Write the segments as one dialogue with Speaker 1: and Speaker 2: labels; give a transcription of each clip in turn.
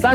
Speaker 1: 三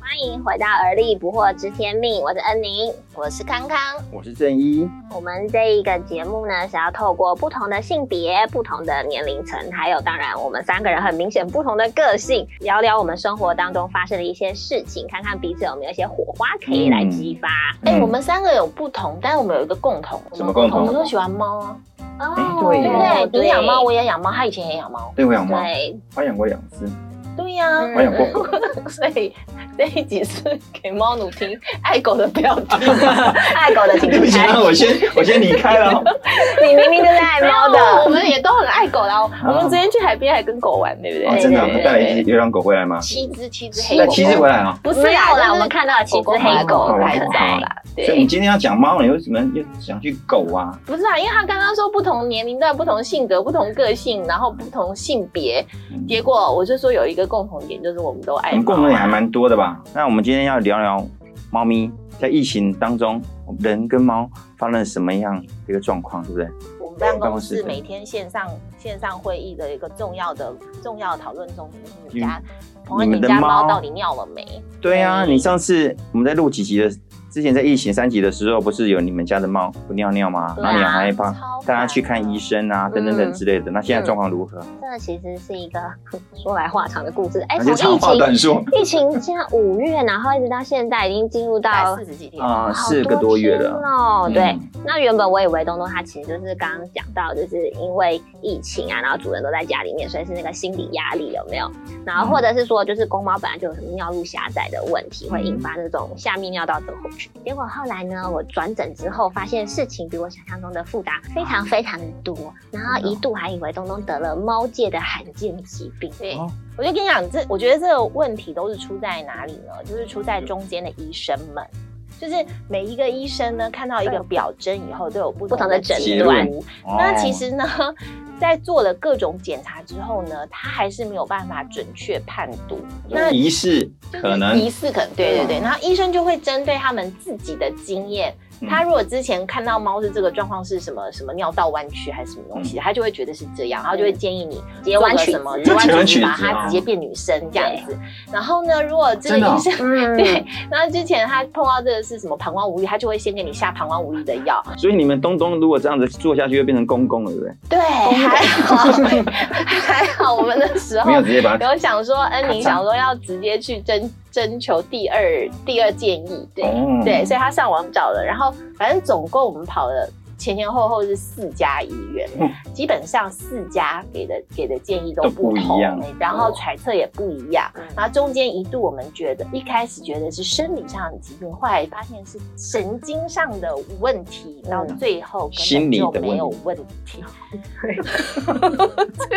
Speaker 2: 欢迎回到《而立不惑知天命》，我是恩宁，
Speaker 3: 我是康康，
Speaker 4: 我是正一，
Speaker 2: 我们这一个节目呢，是要透过不同的性别、不同的年龄层，还有当然我们三个人很明显不同的个性，聊聊我们生活当中发生的一些事情，看看彼此有没有一些火花可以来激发。
Speaker 3: 哎、
Speaker 5: 嗯
Speaker 3: 我们三个有不同，但我们有一个共同，
Speaker 5: 什么共同
Speaker 3: 我们都喜欢猫啊，
Speaker 2: 哦
Speaker 5: 哎对
Speaker 3: 对
Speaker 5: 耶
Speaker 3: 不对？你养猫，我也养猫，他以前也养猫，
Speaker 5: 对我养猫，
Speaker 2: 对，
Speaker 5: 我养过两只，
Speaker 3: 对呀、
Speaker 5: 我养过狗。
Speaker 3: 所以这一集是给猫奴听爱狗的标 题，
Speaker 2: 爱狗的 请
Speaker 5: 对不
Speaker 2: 离
Speaker 5: 起
Speaker 2: 开，
Speaker 5: 啊，我先我先离开了哦。
Speaker 2: 你明明就是爱猫
Speaker 3: 我
Speaker 2: 的。
Speaker 3: 们也都很爱狗啦。我们之前去海边还跟狗玩，对不
Speaker 5: 啊
Speaker 3: 对？
Speaker 5: 真的啊，
Speaker 3: 对
Speaker 5: 你带了一只流浪狗回来吗？
Speaker 3: 七只七
Speaker 2: 哎
Speaker 3: 只黑
Speaker 5: 带
Speaker 3: 狗，
Speaker 5: 七只
Speaker 2: 哦
Speaker 5: 回来啊。
Speaker 3: 不是
Speaker 2: 没
Speaker 3: 啦，
Speaker 2: 有啦，
Speaker 3: 就是
Speaker 2: 我们看到了七只
Speaker 3: 狗狗
Speaker 2: 黑狗
Speaker 5: 狗
Speaker 2: 还
Speaker 3: 还在
Speaker 2: 在。
Speaker 3: 啦。
Speaker 5: 哦所以你
Speaker 3: 对，
Speaker 5: 今天要讲猫，你为什么又想去狗啊？
Speaker 3: 不是啊，因为他刚刚说不同年龄段、不同性格、不同个性，然后不同性别，
Speaker 5: 嗯
Speaker 3: 结果我就说有一个共同点，就是我们都爱
Speaker 5: 我们
Speaker 3: 猫
Speaker 5: 共同点还蛮多的吧？那我们今天要聊聊猫咪在疫情当中，人跟猫发生了什么样的一个状况，对不对？
Speaker 3: 啊我们办
Speaker 5: 办
Speaker 3: 公
Speaker 5: 公
Speaker 3: 室
Speaker 5: 室
Speaker 3: 每天线上线上会议的一个重要的重要的讨论中心，就是你
Speaker 5: 嗯
Speaker 3: 家，同仁
Speaker 5: 你们
Speaker 3: 你
Speaker 5: 的
Speaker 3: 家
Speaker 5: 猫
Speaker 3: 猫到底尿了没？
Speaker 5: 对啊，
Speaker 3: 对
Speaker 5: 你上次我们在录几集的，之前在疫情三级的时候，不是有你们家的猫不尿尿吗？
Speaker 3: 对啊
Speaker 5: 然后你很害怕
Speaker 3: 超，
Speaker 5: 大家去看医生啊，等等等之类的。那现
Speaker 3: 嗯
Speaker 5: 在状况如何？
Speaker 2: 这其实是一个嗯说来话长的故事。哎，
Speaker 5: 那
Speaker 2: 从
Speaker 5: 就长
Speaker 2: 疫
Speaker 5: 话
Speaker 2: 情
Speaker 5: 短说
Speaker 2: 疫情现在五月，然后一直到现在已经进入
Speaker 3: 大概
Speaker 2: 到
Speaker 3: 四十几天，
Speaker 5: 啊，
Speaker 2: 好
Speaker 5: 四个多月了
Speaker 2: 天。哦。对，
Speaker 5: 嗯
Speaker 2: 那原本我以为东东他其实就是刚刚讲到，就是因为疫情啊，然后主人都在家里面，所以是那个心理压力有没有？然后或者是说，就是公猫本来就有什么尿路狭窄的问题，会引发
Speaker 5: 嗯
Speaker 2: 那种下泌尿道症候群。结果后来呢，我转诊之后发现事情比我想象中的复杂，非常非常的多。然后
Speaker 5: 哦
Speaker 2: 一度还以为东东得了猫界的罕见疾病。
Speaker 3: 对
Speaker 5: 哦，
Speaker 3: 我就跟你讲，这我觉得这个问题都是出在哪里呢？就是出在中间的医生们，就是每一个医生呢，看到一个表征以后，都有不
Speaker 2: 不
Speaker 3: 同
Speaker 2: 同的
Speaker 3: 的
Speaker 2: 诊
Speaker 3: 解
Speaker 2: 断
Speaker 3: 读。
Speaker 5: 哦
Speaker 3: 那其实呢， 在做了各种检查之后呢，他还是没有办法准确判读。那
Speaker 5: 疑似可能
Speaker 3: 疑似可能，对对对。然后医生就会针对他们自己的经验，
Speaker 5: 嗯
Speaker 3: 他如果之前看到猫是这个状况是什么什么尿道弯曲还是什么东
Speaker 5: 嗯
Speaker 3: 西，他就会觉得是这样，然后就会建议你
Speaker 2: 截弯
Speaker 3: 做个
Speaker 2: 曲
Speaker 3: 什么
Speaker 2: 直
Speaker 3: 截
Speaker 5: 截
Speaker 3: 弯
Speaker 5: 弯
Speaker 3: 曲直
Speaker 5: 曲直
Speaker 3: 把它
Speaker 5: 啊
Speaker 3: 直接变女生这样子。然后呢，如果这个
Speaker 5: 真的哦
Speaker 3: 医 生。
Speaker 2: 嗯，
Speaker 3: 对，然后之前他碰到这个是什么膀胱无力，他就会先给你下膀胱无力的药，
Speaker 5: 所以你们东东如果这样子做下去，会变成公公了，对不对？
Speaker 3: 对，
Speaker 5: 哦
Speaker 3: 还好，还好，我们那时候
Speaker 5: 没有直接把它
Speaker 3: 有想说，恩宁
Speaker 5: 咔嚓
Speaker 3: 想说要直接去征征求第二第二建议，对、
Speaker 5: 哦
Speaker 3: 对，所以他上网找了，然后反正总共我们跑了前前后后是四家医院，
Speaker 5: 嗯
Speaker 3: 基本上四家给的给的建议都
Speaker 5: 都
Speaker 3: 不
Speaker 5: 不
Speaker 3: 同，
Speaker 5: 一样
Speaker 3: 然后
Speaker 5: 哦
Speaker 3: 揣测也不一样，然后中间一度我们觉得一开始觉得是生理上的疾病，后来发现是神经上的问题，到最后根
Speaker 5: 心
Speaker 3: 本
Speaker 5: 理
Speaker 3: 就
Speaker 5: 的
Speaker 3: 没有问题， 这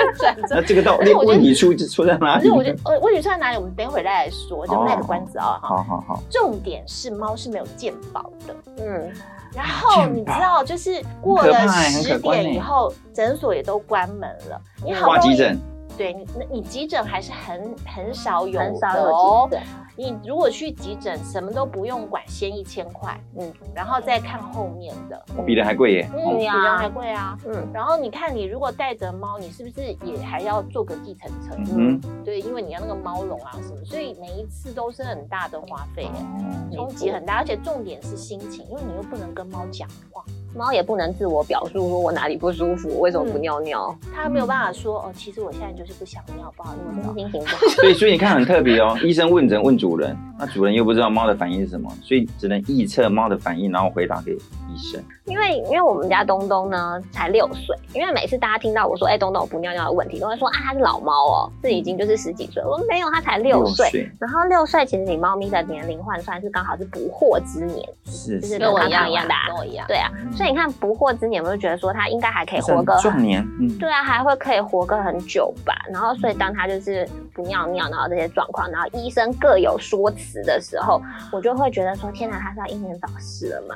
Speaker 3: 个转折
Speaker 5: 那这个到
Speaker 3: 我觉
Speaker 5: 底
Speaker 3: 得
Speaker 5: 问题出出在哪
Speaker 3: 可
Speaker 5: 里
Speaker 3: 是？我觉得，呃，问题出在哪里，我们等一会儿再来说，
Speaker 5: 哦
Speaker 3: 就卖个关子啊、哈、
Speaker 5: 好好好，
Speaker 3: 重点是猫是没有健保的，
Speaker 2: 嗯，
Speaker 3: 然后
Speaker 5: 健保
Speaker 3: 你知道，就是过
Speaker 5: 很可
Speaker 3: 了
Speaker 5: 怕欸很
Speaker 3: 十
Speaker 5: 可观欸
Speaker 3: 点以后，诊所也都关门了。你好
Speaker 5: 挂
Speaker 3: 不容
Speaker 5: 急
Speaker 3: 易，
Speaker 5: 诊，
Speaker 3: 对你，那你急诊还是很很少有
Speaker 2: 很少
Speaker 3: 的
Speaker 2: 有
Speaker 3: 哦
Speaker 2: 急。诊。
Speaker 3: 你如果去急诊，什么都不用管，先一千块，嗯，然后再看后面的，
Speaker 5: 我比人还贵耶。哦
Speaker 3: 嗯，
Speaker 2: 对
Speaker 3: 比
Speaker 2: 呀
Speaker 3: 人还贵啊。
Speaker 2: 嗯
Speaker 3: 然后你看，你如果带着猫，你是不是也还要做个计程车？
Speaker 5: 嗯
Speaker 3: 对，因为你要那个猫笼啊什么，所以每一次都是很大的花费、欸，
Speaker 5: 哼，
Speaker 3: 冲击很大，而且重点是心情，因为你又不能跟猫讲话，
Speaker 2: 猫也不能自我表述，说我哪里不舒服，为什
Speaker 5: 嗯
Speaker 2: 么不尿尿，
Speaker 3: 它没有办法说哦，其实我现在就是不想尿，不好意思、哦。
Speaker 2: 心情不好。
Speaker 5: 所以所以你看很特别哦， 医生问诊问主人，那主人又不知道猫的反应是什么，所以只能臆测猫的反应，然后回答给医生。
Speaker 2: 因为因为我们家东东呢才六岁，因为每次大家听到我说哎、东东有不尿尿的问题，都会说啊它是老猫哦，这已经就是十几岁。我说没有，它才六岁。然后六岁其实你猫咪的年龄换算是刚好是不惑之年，
Speaker 5: 是
Speaker 2: 就是
Speaker 5: 是，
Speaker 2: 跟我
Speaker 3: 刚
Speaker 2: 一
Speaker 3: 刚
Speaker 2: 样
Speaker 3: 一样
Speaker 2: 大
Speaker 3: 跟我一样。
Speaker 2: 对啊，所以你看不惑之年，我就觉得说它应该还可以活个
Speaker 5: 算壮年，嗯，
Speaker 2: 对啊，还会可以活个很久吧。然后，所以当他就是不尿尿，然后这些状况，然后医生各有说辞的时候，我就会觉得说：天哪，他是要英年早逝了吗？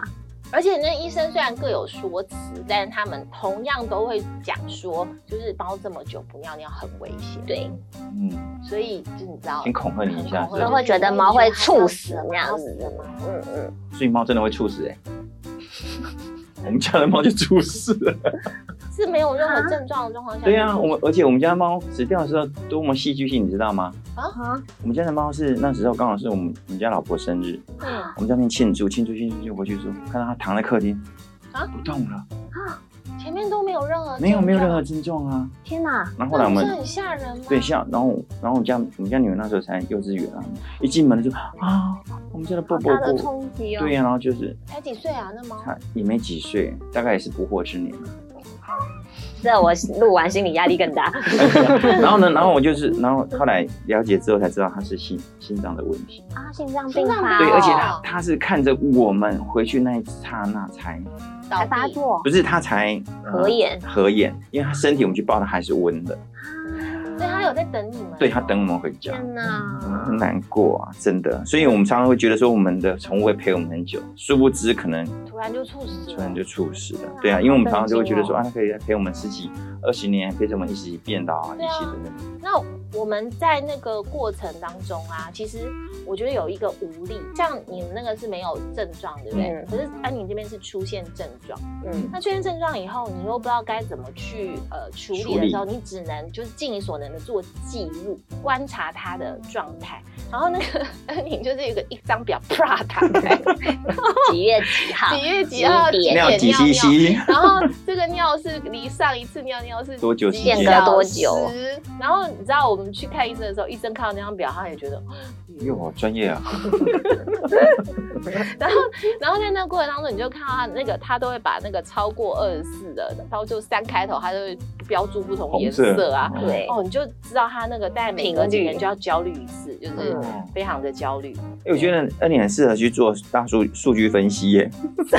Speaker 3: 而且那医生虽然各有说辞，但是他们同样都会讲说，就是包这么久不尿尿很危险。
Speaker 2: 对，
Speaker 5: 嗯，
Speaker 3: 所以就你知道，
Speaker 5: 先恐吓你一下，
Speaker 3: 很恐
Speaker 5: 是
Speaker 3: 吓
Speaker 2: 都
Speaker 5: 吧
Speaker 2: 会觉得猫会猝死那样
Speaker 3: 猫
Speaker 2: 子
Speaker 3: 死了吗？
Speaker 2: 嗯嗯，
Speaker 5: 所以猫真的会猝死哎、 我们家的猫就猝死了。
Speaker 3: 是没有任
Speaker 2: 啊
Speaker 3: 何症状的状况下。
Speaker 5: 对呀、我们而且我们家的猫死掉的时候多么戏剧性，你知道吗？
Speaker 2: 啊，
Speaker 5: 我们家的猫是那时候刚好是我们我们家老婆生日，
Speaker 3: 嗯，
Speaker 5: 我们在那边庆祝庆祝庆祝，就回去之后看到它躺在客厅
Speaker 3: 啊
Speaker 5: 不动了，
Speaker 3: 前面都没有任何
Speaker 5: 没有没有任
Speaker 3: 症
Speaker 5: 何症状啊。
Speaker 2: 天哪，
Speaker 5: 然后后来
Speaker 3: 状，那不
Speaker 5: 我们
Speaker 3: 是很吓人吗？
Speaker 5: 对，像然后然后我们家我们家女儿那时候才幼稚园啊，一进门就啊，我们家的
Speaker 2: 好
Speaker 5: 波波
Speaker 2: 大的
Speaker 5: 波，
Speaker 2: 冲击哦。
Speaker 5: 对呀、然后就是
Speaker 3: 才几岁啊？那猫
Speaker 5: 她也没几岁，大概也是不惑之年。啊
Speaker 2: 这我录完心理压力更大。
Speaker 5: 然后呢，然后我就是，然后后来了解之后才知道他是心心脏的问题。
Speaker 2: 啊，心脏
Speaker 3: 心
Speaker 2: 病
Speaker 3: 脏
Speaker 2: 发、哦，
Speaker 5: 对，而且
Speaker 3: 哦
Speaker 5: 他他是看着我们回去那一刹那才，
Speaker 2: 才发
Speaker 3: 倒闭，
Speaker 2: 作
Speaker 5: 不是他才、呃
Speaker 2: 合眼
Speaker 5: 合眼，因为他身体我们去抱他还是温的，
Speaker 3: 所以它有在等你们。
Speaker 5: 对他等我。们回家，
Speaker 2: 天哪！
Speaker 5: 很难过啊，真的。所以我们常常会觉得说我们的宠物会陪我们很久，殊不知可能
Speaker 3: 突然就猝死了，
Speaker 5: 突然就猝死了
Speaker 2: 啊。
Speaker 5: 对啊，因为我们常常就会
Speaker 2: 好
Speaker 5: 觉
Speaker 2: 震惊哦
Speaker 5: 得说啊，它可以陪我们十几、二十年，陪着我们一起变老啊，一
Speaker 3: 对啊
Speaker 5: 起等 等。
Speaker 3: 那我们在那个过程当中啊，其实我觉得有一个无力，像你们那个是没有症状，对不对？
Speaker 2: 嗯
Speaker 3: 可是安妮这边是出现症状，
Speaker 2: 嗯，
Speaker 3: 那出现症状以后，你又不知道该怎么去呃处理
Speaker 5: 处
Speaker 3: 的
Speaker 5: 理
Speaker 3: 时候，你只能就是尽你所能的做记录，观察它的状态。然后那个 安妮就是有一个一张表，啪打开，
Speaker 2: 几月几号？
Speaker 3: 几月几号
Speaker 2: 几
Speaker 3: 几点
Speaker 2: 点
Speaker 5: 尿
Speaker 3: 尿
Speaker 5: 几 cc？
Speaker 3: 然后这个尿是离上一次尿尿是
Speaker 5: 多久时
Speaker 3: 几
Speaker 5: 间
Speaker 3: 小时
Speaker 2: 间隔多久？
Speaker 3: 然后你知道我们去看医生的时候，医生看到那张表，他也觉得，
Speaker 5: 哟，专业啊！
Speaker 3: 然后然后在那个过程当中，你就看到他那个他都会把那个超过二十四的，然后就三开头，他就会标注不同颜色啊。
Speaker 5: 红色
Speaker 2: 对，
Speaker 3: 哦，你就知道他那个大概每隔几年就要焦虑一次，就是
Speaker 5: 嗯
Speaker 3: 非常的焦虑。
Speaker 5: 哎、我觉得那你很适合去做大数数据分析 耶，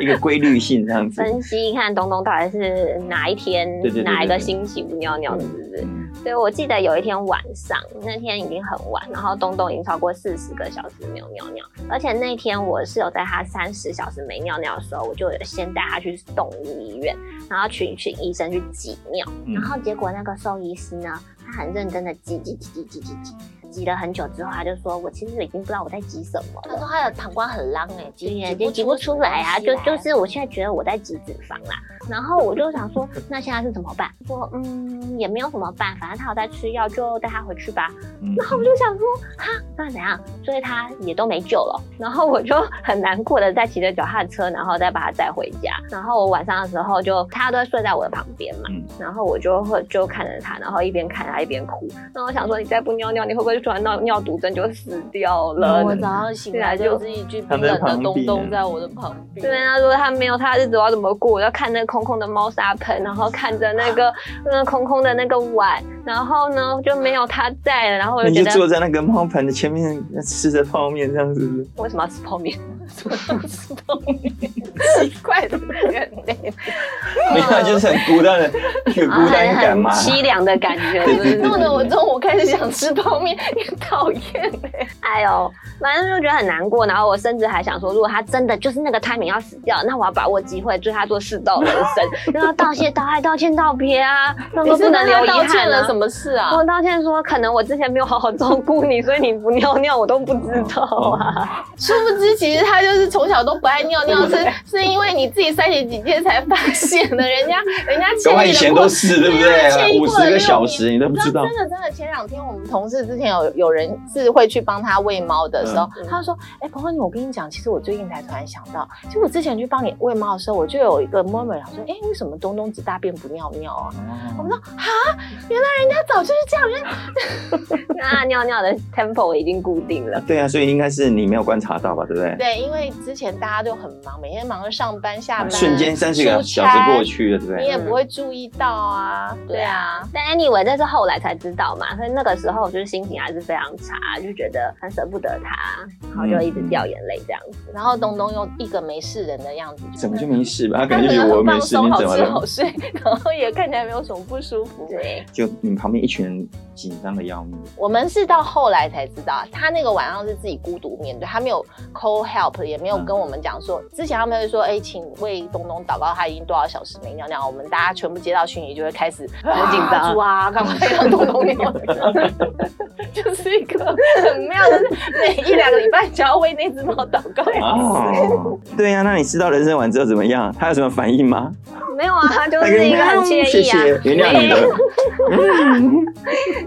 Speaker 5: 一个规律性这样子。
Speaker 2: 分析看东东到底是哪一天
Speaker 5: 对对对对
Speaker 2: 哪一个星期不尿尿的，是不是？
Speaker 5: 嗯
Speaker 2: 所以我记得有一天晚上，那天已经很晚，然后东东已经超过四十个小时没有尿尿，而且那天我是有在他三十小时没尿尿的时候，我就有先带他去动物医院，然后去请医生去挤尿，
Speaker 5: 嗯
Speaker 2: 然后结果那个兽医师呢，他很认真的挤挤挤挤挤挤挤，挤了很久之后，他就说我其实已经不知道我在挤什么
Speaker 3: 他
Speaker 2: 了。
Speaker 3: 说他的膀胱很浪哎、欸，
Speaker 2: 对呀，
Speaker 3: 挤
Speaker 2: 就挤不出来啊，
Speaker 3: 什么
Speaker 2: 就
Speaker 3: 东西
Speaker 2: 就
Speaker 3: 来
Speaker 2: 是我现在觉得我在挤脂肪啦，然后我就想说，那现在是怎么办？说嗯，也没有什么办，反正他有在吃药，就带他回去吧。
Speaker 5: 嗯
Speaker 2: 然后我就想说，哈，那怎样？所以他也都没救了。然后我就很难过的在骑着脚踏车，然后再把他载回家。然后我晚上的时候就他都会睡在我的旁边嘛，
Speaker 5: 嗯
Speaker 2: 然后我就会就看着他，然后一边看他一边哭。那我想说，你再不尿尿，你会不会突然尿尿毒症就死掉了？
Speaker 3: 嗯我早上醒来啊就是啊一具冰冷的东东在我的旁边。
Speaker 2: 对，他说他没有他的日子我要怎么过？我要看那空空的猫砂盆，然后看着那个那空空的那个碗，然后呢就没有他在了，然后我就
Speaker 5: 你
Speaker 2: 觉
Speaker 5: 就
Speaker 2: 得
Speaker 5: 坐在那个猫盆的前面吃着泡面这样 子，
Speaker 2: 为什么要吃 泡面？
Speaker 3: 奇怪的人欸类，
Speaker 5: 没有，就是很孤单的 一个孤单感嘛
Speaker 2: 啊哎很。凄凉的感觉，
Speaker 5: 对
Speaker 2: 是 不
Speaker 5: 对
Speaker 2: 是
Speaker 5: 对
Speaker 3: 弄得我中午开始想吃泡面，也讨厌哎。
Speaker 2: 哎呦，反正就觉得很难过。然后我甚至还想说，如果他真的就是那个 timing 要死掉，那我要把握机会对他做世道人 生，让他道谢、道爱、道歉、道别啊，让他
Speaker 3: 你
Speaker 2: 不
Speaker 3: 是
Speaker 2: 能
Speaker 3: 跟
Speaker 2: 留
Speaker 3: 他
Speaker 2: 遗
Speaker 3: 道
Speaker 2: 憾
Speaker 3: 歉了
Speaker 2: 啊
Speaker 3: 什。么事啊？
Speaker 2: 我道歉说，可能我之前没有好好照顾你，所以你不尿尿我都不知道
Speaker 3: 哦
Speaker 5: 哦
Speaker 2: 啊。
Speaker 3: 殊不知，其实他就是从小都不爱尿尿，是是因为你自己三十几届才发现的。人 家人家
Speaker 5: 跟我
Speaker 3: 千
Speaker 5: 以
Speaker 3: 里
Speaker 5: 前
Speaker 3: 的
Speaker 5: 都
Speaker 3: 过
Speaker 5: 是对不
Speaker 3: 对啊
Speaker 5: 对？
Speaker 3: 建议
Speaker 5: 五
Speaker 3: 过了
Speaker 5: 十
Speaker 3: 六
Speaker 5: 个
Speaker 3: 年
Speaker 5: 小时你都不知道
Speaker 3: 真，的真的，前两天我们同事之前有有人是会去帮他喂猫的时候，
Speaker 2: 嗯
Speaker 3: 他就说：“哎、彭彭，我跟你讲，其实我最近才突然想到，其实我之前去帮你喂猫的时候，我就有一个 murmur 想说，哎、为什么东东只大便不尿尿啊？”我们说：“哈，原来人家早就是这样，人家
Speaker 2: 那尿尿的 tempo 已经固定了。
Speaker 5: 对啊，所以应该是你没有观察到吧，对不对？
Speaker 3: 对，因为之前大家就很忙，每天忙着上班下班，
Speaker 5: 瞬间三十个小时过，去了，对不
Speaker 3: 你
Speaker 5: 对？
Speaker 3: 也不会注意到啊，对啊。”
Speaker 2: 但 anyway，那是后来才知道嘛，所以那个时候就是心情还是非常差，就觉得很舍不得他，然后就
Speaker 3: 嗯
Speaker 2: 一直掉眼泪这样子。
Speaker 3: 然后东东又一个没事人的样子，
Speaker 5: 怎么就没事吧？他
Speaker 3: 他
Speaker 5: 可
Speaker 3: 可
Speaker 5: 能就觉
Speaker 3: 能
Speaker 5: 得我
Speaker 3: 很
Speaker 5: 没
Speaker 3: 放
Speaker 5: 事，
Speaker 3: 松，
Speaker 5: 你
Speaker 3: 好
Speaker 5: 怎么
Speaker 3: 吃
Speaker 5: 了
Speaker 3: 好？睡，然后也看起来没有什么不舒服。
Speaker 2: 对，
Speaker 5: 就你你旁边一群人紧张的 要命。
Speaker 3: 我们是到后来才知道，他那个晚上是自己孤独面对，他没有 call help，也没有跟我们讲说，之前他们会说，哎、请为东东祷告，他已经多少小时没尿尿。我们大家全部接到讯息，就会开始很
Speaker 2: 紧张
Speaker 3: 啊，主啊， 赶快让东东尿尿，就是一个很妙的，就是每一两个礼拜就要为那只猫祷告一次。
Speaker 5: 哦，对呀、那你知道人生完之后怎么样？他有什么反应吗？
Speaker 2: 没有啊，他就
Speaker 5: 他
Speaker 2: 是
Speaker 5: 跟
Speaker 2: 一
Speaker 5: 你
Speaker 2: 个很
Speaker 5: 嗯
Speaker 2: 惬
Speaker 5: 谢
Speaker 2: 意啊，
Speaker 5: 谢，原谅你了。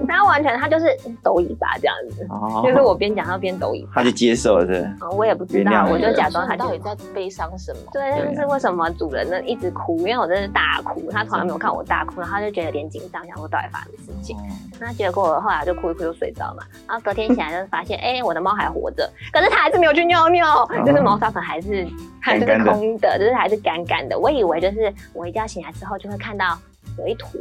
Speaker 2: 然后完全他就是抖尾巴这样子，
Speaker 5: 哦
Speaker 2: 就是我边讲他边抖尾巴
Speaker 5: 他就，接受了，是不是
Speaker 2: 嗯我也不知
Speaker 5: 原谅
Speaker 2: 道，
Speaker 5: 你
Speaker 2: 我就
Speaker 5: 了
Speaker 2: 假装他
Speaker 3: 他到
Speaker 2: 就
Speaker 3: 底在悲伤什么？
Speaker 2: 对，但是为什么主人呢一直哭？因为我真的大哭，他从来没有看我大哭，然后他就觉得有点紧张，想说到底发生什么事
Speaker 5: 哦
Speaker 2: 情。那结果后来就哭一哭就睡着嘛，然后隔天起来就发现， 哎、我的猫还活着，可是它还是没有去尿尿，就是猫砂盆还是还是
Speaker 5: 哦 干干的
Speaker 2: 空的，就是还是干干的。我以为就是我一觉醒来之后就会看到有一坨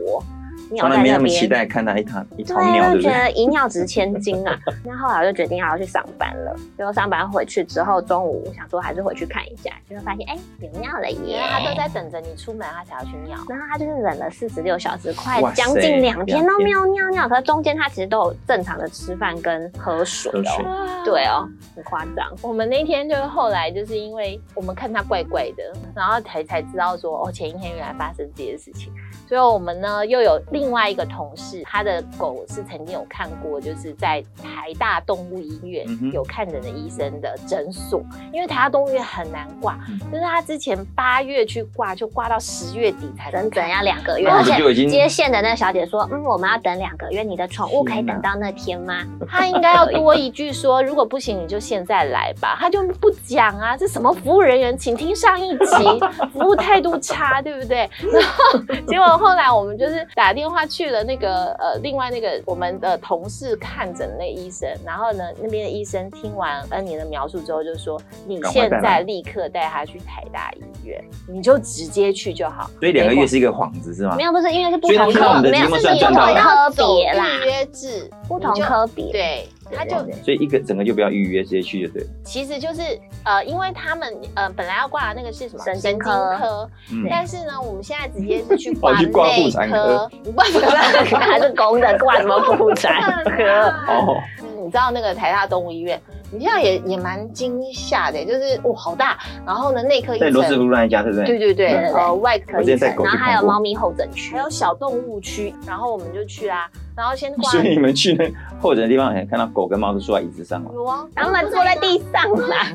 Speaker 2: 尿
Speaker 5: 从
Speaker 2: 在
Speaker 5: 来没那
Speaker 2: 那
Speaker 5: 么期
Speaker 2: 边。
Speaker 5: 待看到一趟一泡
Speaker 2: 对，啊
Speaker 5: 尿，对
Speaker 2: 就
Speaker 5: 不
Speaker 2: 觉
Speaker 5: 对？
Speaker 2: 得一尿值千金啊！ 那后来我就决定要去上班了。结果上班回去之后，中午想说还是回去看一下，结果发现哎、有尿了
Speaker 3: 因
Speaker 2: 耶
Speaker 3: 为！
Speaker 5: 啊
Speaker 3: 他都在等着你出门，他才要去尿。
Speaker 2: 然后他就是忍了四十六小时，快
Speaker 5: 哇塞
Speaker 2: 将近两天都
Speaker 5: 两天
Speaker 2: 没有尿尿，可是中间他其实都有正常的吃饭跟喝水
Speaker 5: 喝水
Speaker 2: 哦，对哦，很夸张。
Speaker 3: 我们那天就是后来就是因为我们看他怪怪的，然后才才知道说哦，前一天原来发生这件事情。所以我们呢又有另外一个同事，他的狗是曾经有看过，就是在台大动物医院
Speaker 5: 嗯哼
Speaker 3: 有看诊的医生的诊所，因为台大动物医院很难挂
Speaker 5: 嗯，
Speaker 3: 就是他之前八月去挂，就挂到十月底才能
Speaker 2: 整整
Speaker 3: 看。
Speaker 2: 要两个月，
Speaker 5: 那
Speaker 2: 而
Speaker 5: 你就已
Speaker 2: 且
Speaker 5: 经
Speaker 2: 接线的那个小姐说：“嗯，我们要等两个月，你的宠物可以
Speaker 5: 天哪
Speaker 2: 等到那天吗
Speaker 5: 嗯
Speaker 3: 他应该要多一句说，如果不行你就现在来吧，他就不讲啊，这什么服务人员，请听上一集，服务态度差，对不对？然后结果后来我们就是打电话去了那个呃，另外那个我们的同事看诊那医生，然后呢那边的医生听完恩妮的描述之后就说，你
Speaker 5: 赶快
Speaker 3: 现
Speaker 5: 带来
Speaker 3: 在立刻带他去台大医院，你就直接去就好。
Speaker 5: 所以两个月是一个幌子，是？”吗
Speaker 2: 没？有，不是因为是不
Speaker 5: 所以啊他
Speaker 2: 同
Speaker 5: 看到
Speaker 2: 科，
Speaker 5: 我们的
Speaker 2: 没有
Speaker 5: 节目
Speaker 2: 是
Speaker 5: 算
Speaker 2: 不
Speaker 5: 赚
Speaker 2: 同
Speaker 5: 到了啊
Speaker 2: 科别啦，
Speaker 3: 预约制，
Speaker 2: 不同科别。
Speaker 3: 对，他就
Speaker 5: 所以一个整个就不要预约，直接去就对了。
Speaker 3: 其实就是呃，因为他们呃本来要挂的那个是什么
Speaker 2: 神经
Speaker 3: 经
Speaker 2: 科
Speaker 3: 科，
Speaker 5: 嗯哦
Speaker 3: 但是呢，我们现在直接是去挂
Speaker 5: 去挂
Speaker 3: 内
Speaker 5: 妇产科
Speaker 3: 科，挂妇 产科
Speaker 2: 还是公的，挂什么妇产科？
Speaker 5: 哦，
Speaker 3: 嗯你知道那个台大动物医院，你这样也也蛮惊吓的，就是哇好大，然后呢内科医
Speaker 5: 在
Speaker 3: 生，
Speaker 5: 罗斯福那一家，对不对？
Speaker 3: 对对对，
Speaker 2: 对
Speaker 3: 呃外科
Speaker 5: 我之
Speaker 3: 医
Speaker 5: 前
Speaker 3: 生
Speaker 5: 在，狗
Speaker 2: 然后
Speaker 5: 去
Speaker 2: 还有
Speaker 5: 看
Speaker 2: 猫
Speaker 5: 过。
Speaker 2: 咪候诊区
Speaker 3: 还，有小动物区，然后我们就去啦，然后先挂
Speaker 5: 所以你们去那候诊的地方，看到狗跟猫都坐在椅子上了。
Speaker 3: 有啊，
Speaker 2: 然后他们坐在地上啦。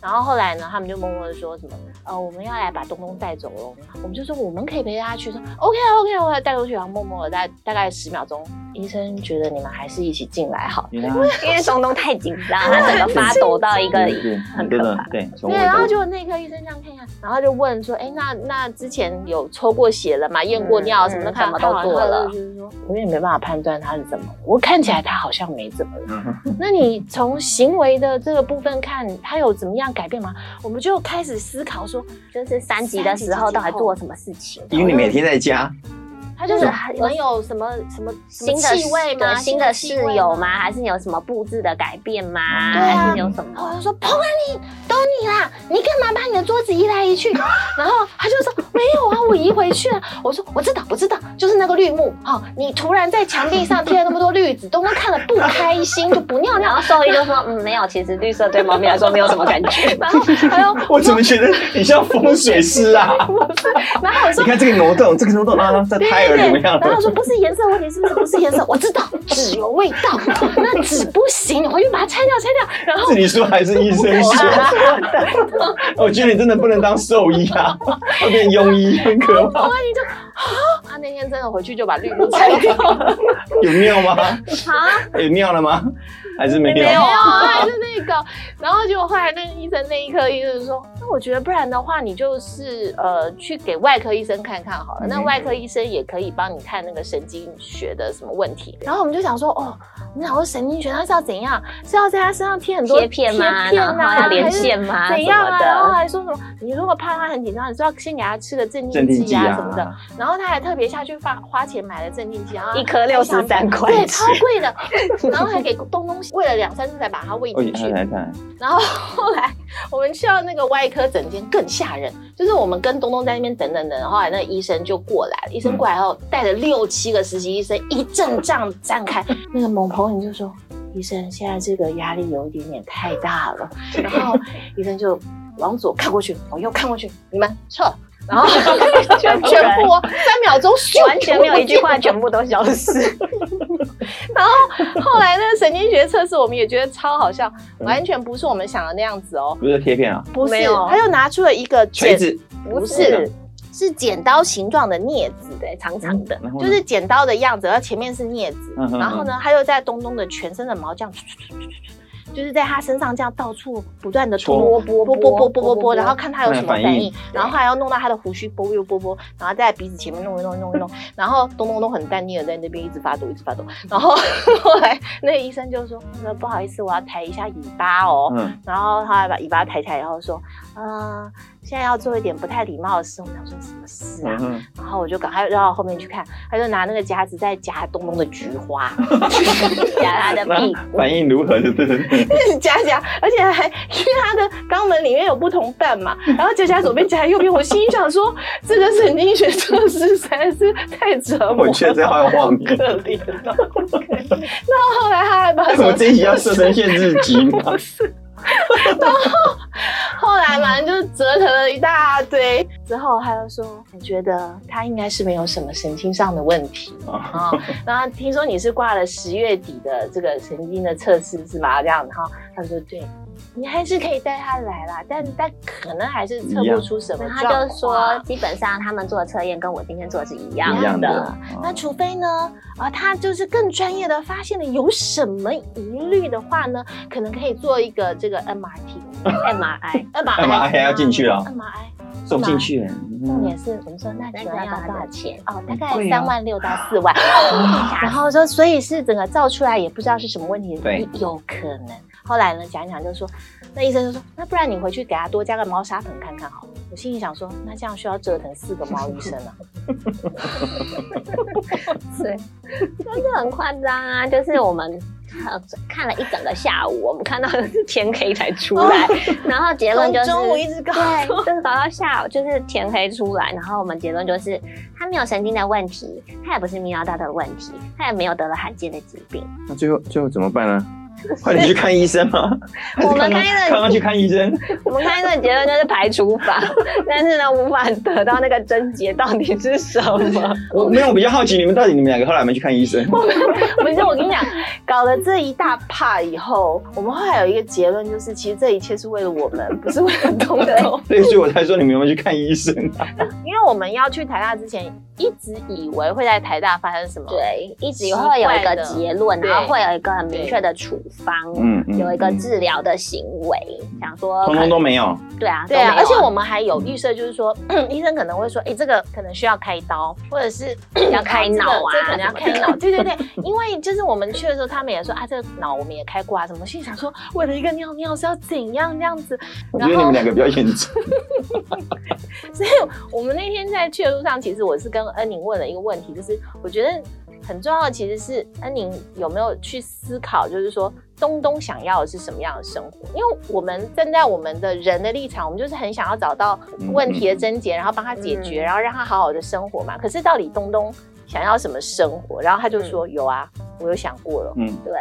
Speaker 3: 然后后来呢，他们就默默的说什么，呃，我们要来把东东带走喽。我们就说我们可以陪他去，说 OK 啊 OK，啊我要带过去。然后默默的大大概十秒钟，医生觉得你们还是一起进来好。
Speaker 5: 因为它
Speaker 2: 因为东东太紧张，他整个发抖到一个
Speaker 5: 对
Speaker 2: 很
Speaker 5: 很
Speaker 2: 可
Speaker 5: 多
Speaker 2: 怕
Speaker 5: 的对，宠
Speaker 3: 对，啊
Speaker 5: 物
Speaker 3: 然后
Speaker 5: 都
Speaker 3: 结果内科医生这样看一看，然后就问说，哎，那那之前有抽过血了吗？验过尿什么的，
Speaker 2: 嗯
Speaker 3: 看
Speaker 2: 什么都做了
Speaker 3: 就是说，我也没办法判断他是怎么，我看起来他好像没怎么了。
Speaker 5: 嗯
Speaker 3: 那你从行为的这个部分看，他有怎么样改变吗？我们就开始思考说，
Speaker 2: 就是三级的时候到底做了什么事情？
Speaker 5: 因为你每天在家，
Speaker 3: 他就是
Speaker 2: 嗯
Speaker 3: 你们有什么什么什
Speaker 2: 新
Speaker 3: 么
Speaker 2: 的
Speaker 3: 气味吗？
Speaker 2: 对新的室
Speaker 3: 气味
Speaker 2: 友？吗？还是有什么布置的改变吗？
Speaker 5: 对
Speaker 3: 啊
Speaker 2: 还是有什
Speaker 3: 然后我
Speaker 2: 么？
Speaker 3: 就说彭安妮，都你啦，你干嘛把你的桌子移来移去？ 然后他就说没有啊，我移回去了。我说我知道，我知道，就是那个绿幕。哦，你突然在墙壁上贴了那么多绿子，东东看了不开心，就不尿
Speaker 2: 然
Speaker 3: 尿。
Speaker 2: 后兽医就说：“嗯，没有，其实绿色对猫咪来说没有什么感觉。
Speaker 3: 然后还有，
Speaker 5: 我怎么觉得你像风水师啊？
Speaker 3: 然后我说
Speaker 5: 你看这个挪动，这个挪动，然后它
Speaker 3: 对
Speaker 5: 胎儿
Speaker 3: 对
Speaker 5: 怎么
Speaker 3: 对，
Speaker 5: 样
Speaker 3: 然后他
Speaker 5: 了？
Speaker 3: 说不是颜色问题，是不是不是颜色？我知道纸有味道，那纸不行，你回去把它拆掉，拆掉。然后
Speaker 5: 是你说还是医生说？我觉得你真的不能当兽医啊，会变庸医，很可怕。
Speaker 3: 他那天真的回去就把绿 幕拆掉了。
Speaker 5: 有尿吗？”
Speaker 2: 啊，
Speaker 5: 有尿了吗？还是没
Speaker 2: 没有
Speaker 3: 没
Speaker 5: 尿？
Speaker 3: 有啊，还是那个。然后结果后来那个医生那一科医生说，那我觉得不然的话，你就是呃去给外科医生看看好了，那
Speaker 5: 嗯
Speaker 3: 外科医生也可以帮你看那个神经学的什么问题。然后我们就想说，哦，你想说神经学它是要怎样？是要在他身上贴很多
Speaker 2: 贴片吗？
Speaker 3: 贴片
Speaker 2: 然后
Speaker 3: 啊，
Speaker 2: 要连
Speaker 3: 还是
Speaker 2: 线吗？
Speaker 3: 怎
Speaker 2: 什
Speaker 3: 样啊？
Speaker 2: 么
Speaker 3: 然后
Speaker 2: 的？
Speaker 3: 还说什么？你如果怕他很紧张，你就要先给他吃个镇
Speaker 5: 镇
Speaker 3: 定
Speaker 5: 定
Speaker 3: 剂
Speaker 5: 剂
Speaker 3: 啊什么的。
Speaker 5: 啊，
Speaker 3: 然后他还特别下去花花钱买了镇定剂，然后
Speaker 2: 一颗63块
Speaker 3: 对，超贵的。然后还给东东喂了两三次才把它喂
Speaker 5: 我
Speaker 3: 进去。
Speaker 5: 哦来看，
Speaker 3: 然后后来我们去到那个外科诊间更吓人，就是我们跟东东在那边等等等，后来那个医生就过来了，医生过来后带着六七个实习医生一阵仗站开，那个某朋友就说：“医生，现在这个压力有一点点太大了。”然后医生就往左看过去，往右看过去，你们撤。然后全全部哦 三秒钟咻
Speaker 2: 完全没有一句话，
Speaker 3: 全部不见了
Speaker 2: 全部都消失。
Speaker 3: 然后后来那个神经学测试，我们也觉得超好笑，完全不是我们想的那样子哦。
Speaker 5: 不是贴片啊，
Speaker 3: 不是
Speaker 2: 没有，
Speaker 3: 他又拿出了一个
Speaker 5: 锤
Speaker 3: 剪，
Speaker 5: 子，
Speaker 3: 不是，是剪刀形状的镊子，对，长长的，
Speaker 5: 然后
Speaker 3: 就
Speaker 5: 呢
Speaker 3: 是剪刀的样子，然后前面是镊子，
Speaker 5: 嗯哼
Speaker 3: 然后呢，他又在东东的全身的毛这样，就是在他身上这样到处不断的
Speaker 5: 搓
Speaker 3: 拨拨拨拨拨拨拨，然后看他有什么
Speaker 5: 看
Speaker 3: 反
Speaker 5: 反应
Speaker 3: 应，然后还要弄到他的胡须拨又拨拨，然后在鼻子前面弄一弄一弄一弄，然后东东都很淡定的在那边一直发抖一直发抖，然后 后来那个医生就说，那不好意思，我要抬一下尾巴哦，
Speaker 5: 嗯，
Speaker 3: 然后他还把尾巴抬起来，然后说：“嗯，现在要做一点不太礼貌的事。”我想说什么事啊？
Speaker 5: 嗯哼
Speaker 3: 然后我就赶快绕到后面去看，他就拿那个夹子在夹东东的菊花，
Speaker 2: 夹他的屁股
Speaker 5: 那。反应如何？ 就是
Speaker 3: 夹夹，而且还因为他的肛门里面有不同瓣嘛，
Speaker 5: 嗯
Speaker 3: 然后夹夹左边夹右边，我心里想说， 这个神经学测试实在是太折磨了，
Speaker 5: 我觉得这好有画
Speaker 3: 好
Speaker 5: 面
Speaker 3: 可怜哦。 那后来他还把
Speaker 5: 我们这 一集要设成限制级吗？
Speaker 3: 后来嘛，就折腾了一大堆，之后他就说：“我觉得他应该是没有什么神经上的问题啊、然后听说你是挂了十月底的这个神经的测试是吧？这样，然后他说对。”你还是可以带他来啦，但但可能还是测
Speaker 5: 一
Speaker 3: 不
Speaker 5: 样
Speaker 3: 出什么
Speaker 2: 那
Speaker 3: 状
Speaker 2: 他就说，
Speaker 3: 况啊
Speaker 2: 基本上他们做的测验跟我今天做的是一样
Speaker 5: 一
Speaker 2: 的。
Speaker 5: 样的， 哦
Speaker 3: 那除非呢，啊，他就是更专业的发现了有什么疑虑的话呢，可能可以做一个这个 MRT，MRI，MRI
Speaker 2: MRI
Speaker 5: 还要进去了
Speaker 3: ，MRI。
Speaker 5: 送进去，
Speaker 3: 重
Speaker 5: 嗯
Speaker 3: 点是我们说那
Speaker 2: 那
Speaker 3: 你
Speaker 2: 个
Speaker 3: 要
Speaker 2: 要
Speaker 3: 多
Speaker 2: 多
Speaker 3: 少
Speaker 2: 少
Speaker 3: 钱？
Speaker 2: 钱？
Speaker 3: 哦，大
Speaker 5: 很
Speaker 3: 概
Speaker 5: 贵啊
Speaker 3: 三万六到四万，嗯然后说，所以是整个造出来也不知道是什么问题，
Speaker 5: 对
Speaker 3: 有可能。后来呢，讲一讲就说，那医生就说，那不然你回去给他多加个猫砂盆看看好了。我心里想说，那这样需要折腾四个猫医生啊，
Speaker 2: 对，真的很夸张啊！就是我们。呃看了一整个下午，我们看到的是天黑才出来，然后结论就是
Speaker 3: 哦从中午一 直搞
Speaker 2: 对，就是搞到下午，就是天黑出来，然后我们结论就是他没有神经的问题，他也不是泌尿道的问题，他也没有得了罕见的疾病，
Speaker 5: 那最后最后怎么办呢？快点去看医生吗？
Speaker 2: 我们开了
Speaker 5: 刚刚去看医生，
Speaker 2: 我们看这个结论就是排除法， 但是呢，无法得到那个症结到底是什么。
Speaker 5: 我没有，我比较好奇你们到底你们两个后来有没有去看医生？
Speaker 3: 不是，我跟你讲，搞了这一大趴以后，我们后来有一个结论，就是其实这一切是为了我们，不是为了东东。
Speaker 5: 对，所以我才说你们有没有去看医生啊？
Speaker 3: 因为我们要去台大之前，一直以为会在台大发生什么，
Speaker 2: 对，一直会有一个结论，
Speaker 3: 对
Speaker 2: 然后会有一个很明确的处方，
Speaker 5: 嗯，嗯
Speaker 2: 有一个
Speaker 5: 嗯
Speaker 2: 治疗的行为，想说
Speaker 5: 通通
Speaker 2: 可能
Speaker 5: 都没有，
Speaker 2: 对啊，
Speaker 3: 对啊，而且我
Speaker 2: 们
Speaker 3: 们还有预设，就是说、 医生可能会说，哎、这个可能需要开刀，或者是
Speaker 2: 要开脑啊
Speaker 3: 这个这可能要
Speaker 2: 什么的
Speaker 3: 开脑。 对对对，因为就是我们去的时候，他们也说啊，这个脑我们也开过啊，什么。心里想说，为了一个尿尿是要怎样这样子？
Speaker 5: 我
Speaker 3: 然
Speaker 5: 觉得你
Speaker 3: 后
Speaker 5: 们，两个比较严重。
Speaker 3: 所以我们那天在去的路上，其实我是跟恩宁问了一个问题，就是我觉得很重要的其实是恩宁有没有去思考，就是说。东东想要的是什么样的生活？因为我们站在我们的人的立场，我们就是很想要找到问题的症结，然后帮他解决，
Speaker 2: 嗯
Speaker 3: 然后让他好好的生活嘛。可是到底东东想要什么生活？然后他就说、有啊，我有想过了。
Speaker 5: 嗯，
Speaker 2: 对，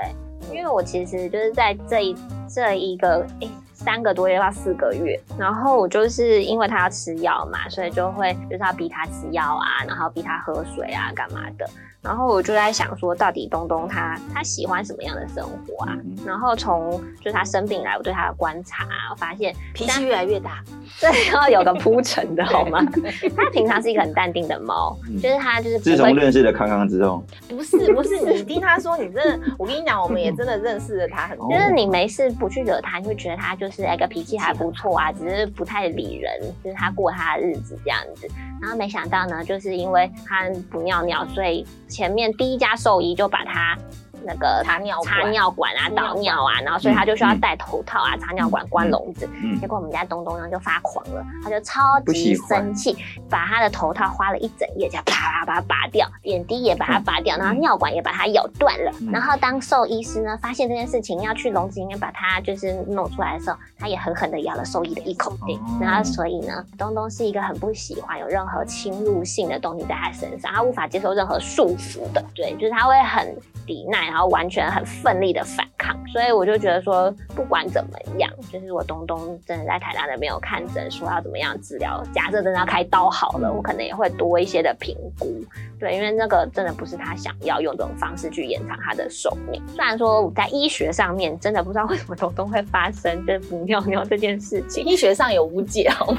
Speaker 2: 因为我其实就是在这一这一个诶三个多月到四个月，然后我就是因为他要吃药嘛，所以就会就是要逼他吃药啊，然后逼他喝水啊，干嘛的。然后我就在想说，到底东东他他喜欢什么样的生活啊？
Speaker 5: 嗯
Speaker 2: 然后从就是他生病以来，我对他的观察啊，我发现
Speaker 3: 脾气越来越 大，
Speaker 2: 这要有个铺陈的好吗？ 他平常是一个很淡定的猫，
Speaker 5: 嗯
Speaker 2: 就是他就是
Speaker 5: 自
Speaker 2: 不
Speaker 5: 从
Speaker 2: 会
Speaker 5: 认识了康康之后，
Speaker 3: 不是不是，你听他说，你真的，我跟你讲，我们也真的认识了他很多
Speaker 2: 就。是你没事不去惹他，你会觉得他就是哎个脾气还不错啊，只是不太理人，就是他过他的日子这样子。然后没想到呢，就是因为他不尿尿，所以前面第一家兽医就把他那个
Speaker 3: 插尿管
Speaker 2: 插尿管啊、导尿啊，然后所以他就需要戴头套啊、插尿管、关笼子。
Speaker 5: 嗯
Speaker 2: 结果我们家东东呢就发狂了，他就超
Speaker 5: 不
Speaker 2: 级
Speaker 5: 喜欢
Speaker 2: 生气，把他的头套花了一整夜，这样啪啪把它拔掉，眼滴也把它拔掉，然后尿管也把它咬断了。
Speaker 5: 嗯
Speaker 2: 然后当兽医师呢发现这件事情，要去笼子里面把它就是弄出来的时候，他也狠狠的咬了兽医的一口钉。
Speaker 5: 哦
Speaker 2: 然后所以呢，东东是一个很不喜欢有任何侵入性的东西在他身上，他无法接受任何束缚的，对，就是他会很抵赖，然后完全很奋力的反抗。所以我就觉得说，不管怎么样，就是我东东真的在台大那边有看诊，说要怎么样治疗。假设真的要开刀好了，我可能也会多一些的评估，对，因为那个真的不是他想要用这种方式去延长他的寿命。虽然说我在医学上面真的不知道为什么东东会发生就是不尿尿这件事情，
Speaker 3: 医学上有无解，哦好吗？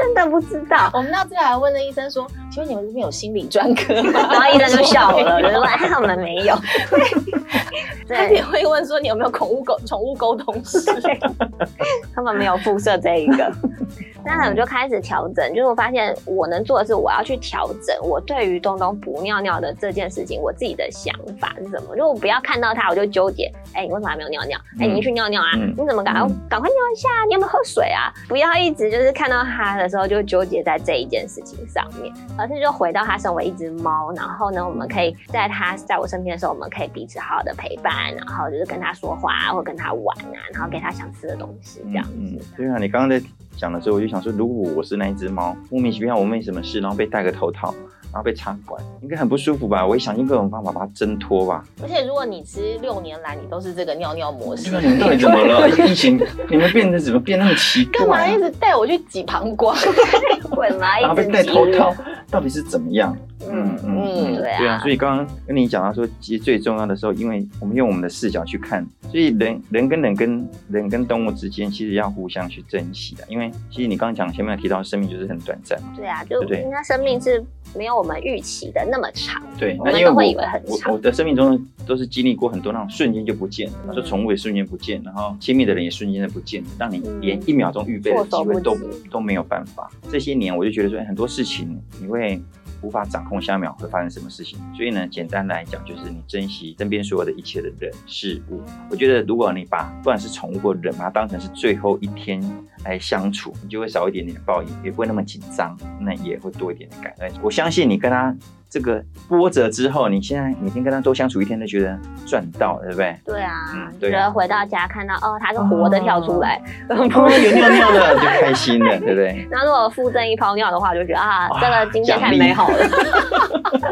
Speaker 2: 真的不知道。
Speaker 3: 我们到最后还问了医生说：“请问你们这边有心理专科 吗？”
Speaker 2: 然后医生就笑了，
Speaker 3: 没
Speaker 2: 就
Speaker 3: 有
Speaker 2: 说：“哎，我们没 有。
Speaker 3: 他
Speaker 2: 对
Speaker 3: 也，会问说：“你有没有宠物沟宠物沟通师
Speaker 2: 对，他们没有附设这一个。那我就开始调整，就是我发现我能做的是，我要去调整我对于东东不尿尿的这件事情，我自己的想法是什么？就我不要看到他我就纠结，哎、你为什么还没有尿尿？哎、你去尿尿啊！
Speaker 5: 嗯
Speaker 2: 你怎么赶快、赶快尿一下、啊？你有没有喝水啊？不要一直就是看到他的时候就纠结在这一件事情上面，而是就回到他身为一只猫，然后呢，我们可以在他在我身边的时候，我们可以彼此好好的陪伴，然后就是跟他说话啊，或跟他玩啊，然后给他想吃的东西这样。
Speaker 5: 嗯，嗯对啊，你刚刚在讲的时候，我就想说，如果我是那一只猫，莫名其妙我没什么事，然后被戴个头套，然后被插管，应该很不舒服吧？我也想尽各种办法把它挣脱吧。？”
Speaker 3: 而且如果你吃六年来你都是这个尿尿模式
Speaker 5: 那，你们到底怎么了？疫情，你们变得怎么变那么奇
Speaker 3: 干嘛
Speaker 5: 怪
Speaker 3: 一
Speaker 5: 啊？
Speaker 3: 直带我去挤膀胱？
Speaker 2: 滚啦！
Speaker 5: 然后被
Speaker 2: 一直
Speaker 5: 戴
Speaker 2: 挤
Speaker 5: 头套，到底是怎么样？嗯嗯
Speaker 3: 嗯
Speaker 5: 嗯，
Speaker 2: 对啊
Speaker 5: 对啊，所以刚刚跟你讲到说，其实最重要的时候，因为我们用我们的视角去看，所以人人跟人跟人跟动物之间，其实要互相去珍惜的，因为其实你刚刚讲前面有提到，生命就是很短暂嘛。
Speaker 2: 对啊，就
Speaker 5: 对不对
Speaker 2: 应该生命是没有我们预期的那么长。
Speaker 5: 对，
Speaker 2: 我
Speaker 5: 那
Speaker 2: 们
Speaker 5: 因为
Speaker 2: 都会以
Speaker 5: 我
Speaker 2: 为很
Speaker 5: 我
Speaker 2: 长
Speaker 5: 我的生命中都是经历过很多那种瞬间就不见了，
Speaker 2: 嗯
Speaker 5: 就宠物也瞬间不见，然后亲密的人也瞬间的不见，让你连一秒钟预备的机会都
Speaker 2: 嗯措手不及
Speaker 5: 都没有办法。这些年我就觉得说，哎很多事情你会。无法掌控下一秒会发生什么事情，所以呢，简单来讲就是你珍惜身边所有的一切的人事物。我觉得如果你把不管是宠物或人，把它当成是最后一天来相处，你就会少一点点报应，也不会那么紧张，那也会多一点的感恩。我相信你跟他这个波折之后，你现在每天跟他多相处一天，都觉得赚到了，对不对？
Speaker 2: 对啊，
Speaker 5: 嗯
Speaker 2: 就
Speaker 5: 对
Speaker 2: 觉得回到家看到哦，它是活的跳出来，
Speaker 3: 嗯
Speaker 5: 哦， 有尿尿了，就开心了，对不对？
Speaker 2: 然后如果附赠一泡尿的话，我就觉得啊，
Speaker 5: 哇
Speaker 2: 这个今
Speaker 5: 奖
Speaker 2: 天太
Speaker 5: 励
Speaker 2: 美好 了。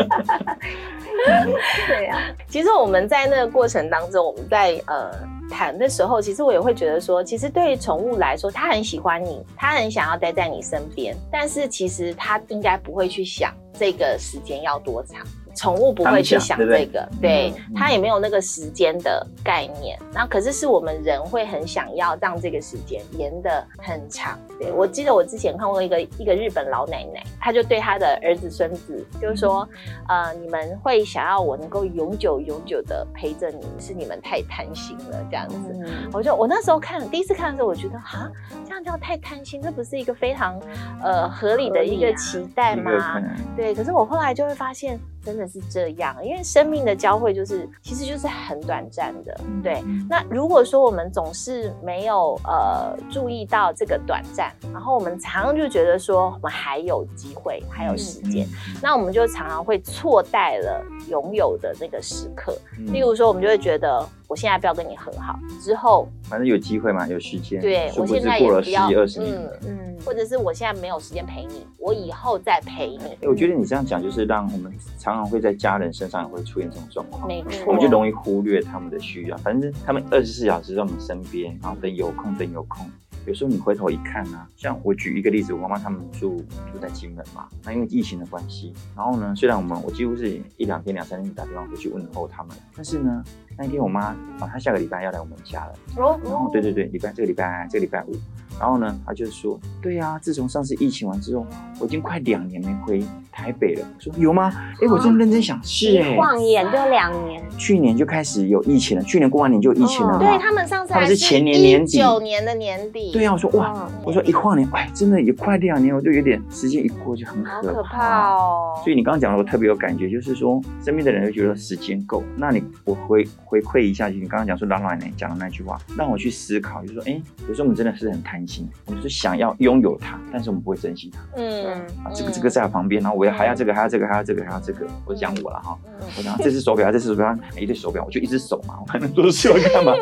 Speaker 2: 对啊，
Speaker 3: 其实我们在那个过程当中，我们在呃谈的时候，其实我也会觉得说，其实对于宠物来说，它很喜欢你，它很想要待在你身边，但是其实它应该不会去想这个时间要多长。宠物不会去想
Speaker 5: 当
Speaker 3: 这
Speaker 5: 下啊对
Speaker 3: 个，
Speaker 5: 不
Speaker 3: 对
Speaker 5: 对嗯
Speaker 3: 它也没有那个时间的概念。那可是是我们人会很想要让这个时间延得很长。对我记得我之前看过一个一个日本老奶奶，她就对她的儿子孙子就是说，呃，你们会想要我能够永久永久的陪着你，是你们太贪心了这样子。
Speaker 5: 嗯
Speaker 3: 我就我那时候看第一次看的时候，我觉得啊，这样叫太贪心，这不是一个非常呃合理的一
Speaker 2: 合
Speaker 3: 个
Speaker 2: 理啊
Speaker 3: 期待
Speaker 5: 一
Speaker 3: 吗？
Speaker 5: 个可能
Speaker 3: 对，可是我后来就会发现，真的是这样，因为生命的交汇就是其实就是很短暂的，对。那如果说我们总是没有呃注意到这个短暂，然后我们常常就觉得说我们还有机会，还有时间，那我们就常常会错待了拥有的那个时刻。
Speaker 5: 嗯
Speaker 3: 例如说，我们就会觉得我现在不要跟你和好，之后
Speaker 5: 反正有机会嘛，有时间。
Speaker 3: 对
Speaker 5: 殊
Speaker 3: 我
Speaker 5: 不
Speaker 3: 现
Speaker 5: 知
Speaker 3: 在也
Speaker 5: 过了
Speaker 3: 不
Speaker 5: 十
Speaker 3: 要
Speaker 5: 几二十年了。
Speaker 3: 嗯，
Speaker 2: 嗯，
Speaker 3: 或者是我现在没有时间陪你，我以后再陪你。
Speaker 5: 哎我觉得你这样讲，就是让我们常常会在家人身上也会出现这种状况。
Speaker 3: 没错，
Speaker 5: 我们就容易忽略他们的需要。反正他们二十四小时在我们身边，然后等有空等有空。有时候你回头一看啊，像我举一个例子，我妈妈他们住住在金门嘛，那因为疫情的关系，然后呢，虽然我们我几乎是一两天两三天打电话回去问候他们，但是呢，那一天我妈啊，她下个礼拜要来我们家了，
Speaker 3: 哦
Speaker 5: 然后对对对，礼拜这个礼拜这个礼拜五，然后呢，他就说，对呀、自从上次疫情完之后，我已经快两年没回台北了。我说有吗？哎，我真的认真想，是哎、
Speaker 2: 一晃眼就两年，
Speaker 5: 去年就开始有疫情了，去年过完年就有疫情了嘛。
Speaker 3: 哦对他们上次
Speaker 5: 他
Speaker 3: 还
Speaker 5: 们是前年年底
Speaker 3: 九年的年底，
Speaker 5: 对呀、我说哇，
Speaker 3: 嗯
Speaker 5: 我说一晃年，哎，真的也快两年，我就有点时间一过就很
Speaker 3: 好
Speaker 5: 可怕。
Speaker 3: 可怕哦。
Speaker 5: 所以你刚刚讲的，我特别有感觉，就是说身边的人会觉得时间够。那你我回回馈一下，就是你刚刚讲说老奶奶讲的那句话，让我去思考，就是说，哎，有时候我们真的是很贪心，我们是想要拥有它，但是我们不会珍惜它。
Speaker 3: 嗯，
Speaker 5: 啊，这个这个在我旁边，然后我要还要这个，还要这个，还要这个，还要这个。我讲我了哈，
Speaker 3: 嗯
Speaker 5: 我讲啊这只手表，这只手表，哎一对手表，我就一只手嘛，我还能多手干嘛？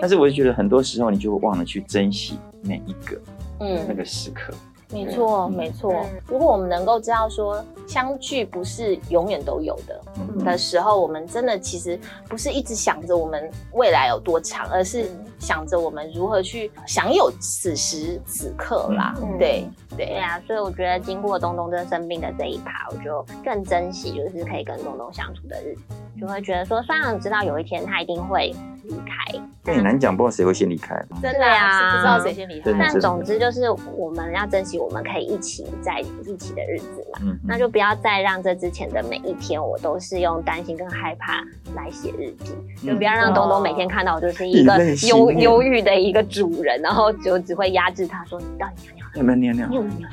Speaker 5: 但是我就觉得很多时候你就会忘了去珍惜每一个
Speaker 3: 嗯
Speaker 5: 那个时刻。
Speaker 3: 没错，没错。如果我们能够知道说相聚不是永远都有的
Speaker 5: 嗯
Speaker 3: 的时候，我们真的其实不是一直想着我们未来有多长，而是
Speaker 2: 嗯
Speaker 3: 想着我们如何去享有此时此刻啦。
Speaker 2: 嗯
Speaker 3: 对
Speaker 2: 对
Speaker 3: 对，
Speaker 2: 啊，所以我觉得经过东东这生病的这一趴，我就更珍惜就是可以跟东东相处的日子，就会觉得说，虽然我知道有一天他一定会离开，
Speaker 5: 那很难讲，不知道谁会先离开。
Speaker 3: 真的
Speaker 2: 对啊
Speaker 3: 啊，是不知道谁先离
Speaker 5: 真的
Speaker 3: 开
Speaker 2: 但。总之就是我们要珍惜我们可以一起在一起的日子嘛，
Speaker 5: 嗯，
Speaker 2: 那就不要再让这之前的每一天我都是用担心跟害怕来写日记，就
Speaker 5: 嗯
Speaker 2: 不要让东东每
Speaker 5: 哦
Speaker 2: 天看到 我就是一个
Speaker 5: 以泪洗
Speaker 2: 忧
Speaker 5: 面
Speaker 2: 忧郁的一个主人，然后就只会压制他说你到底想要
Speaker 5: 有没有尿尿？
Speaker 2: 有没有？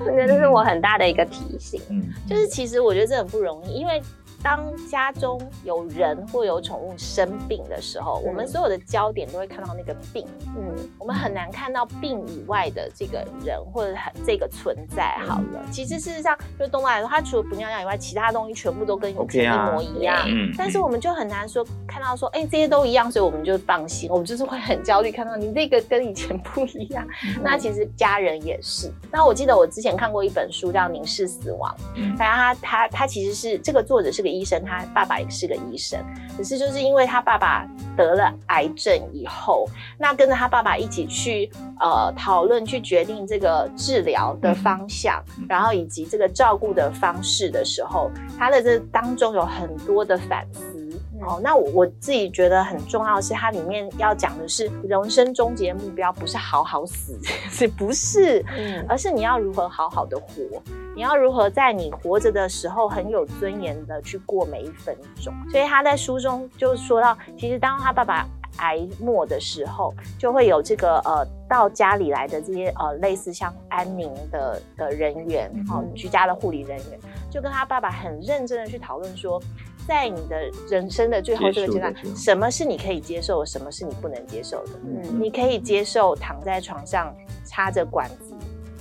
Speaker 2: 我觉得这是我很大的一个提醒。
Speaker 5: 嗯，
Speaker 3: 就是其实我觉得这很不容易，因为当家中有人或有宠物生病的时候，
Speaker 2: 嗯
Speaker 3: 我们所有的焦点都会看到那个病。
Speaker 2: 嗯，
Speaker 3: 我们很难看到病以外的这个人或者很这个存在。
Speaker 5: 嗯
Speaker 3: 好了，其实事实上，就动物来说，它除了不尿尿以外，其他东西全部都跟以
Speaker 5: OK
Speaker 3: 前
Speaker 5: 啊
Speaker 3: 一模一样。
Speaker 5: 嗯
Speaker 3: 但是我们就很难说看到说，哎、这些都一样，所以我们就放心。我们就是会很焦虑，看到你这个跟以前不一样。
Speaker 5: 嗯
Speaker 3: 那其实家人也是。那我记得我之前看过一本书叫《凝视死亡》，
Speaker 5: 嗯
Speaker 3: 然后他他他其实是这个作者是个医生，他爸爸也是个医生，只是就是因为他爸爸得了癌症以后，那跟着他爸爸一起去呃讨论去决定这个治疗的方向，
Speaker 5: 嗯
Speaker 3: 然后以及这个照顾的方式的时候，他的这当中有很多的反思。
Speaker 5: 嗯
Speaker 3: 哦，那我我自己觉得很重要的是，它里面要讲的是人生终极的目标不是好好死， 是不是？
Speaker 2: 嗯
Speaker 3: 而是你要如何好好的活，你要如何在你活着的时候很有尊严的去过每一分钟。所以他在书中就说到，其实当他爸爸癌末的时候，就会有这个呃到家里来的这些呃类似像安宁的的人员，哦居家的护理人员，就跟他爸爸很认真的去讨论说。在你的人生的最后这个阶段
Speaker 5: 结束的时，候
Speaker 3: 什么是你可以接受的，什么是你不能接受的？
Speaker 2: 嗯
Speaker 3: 你可以接受躺在床上插着管子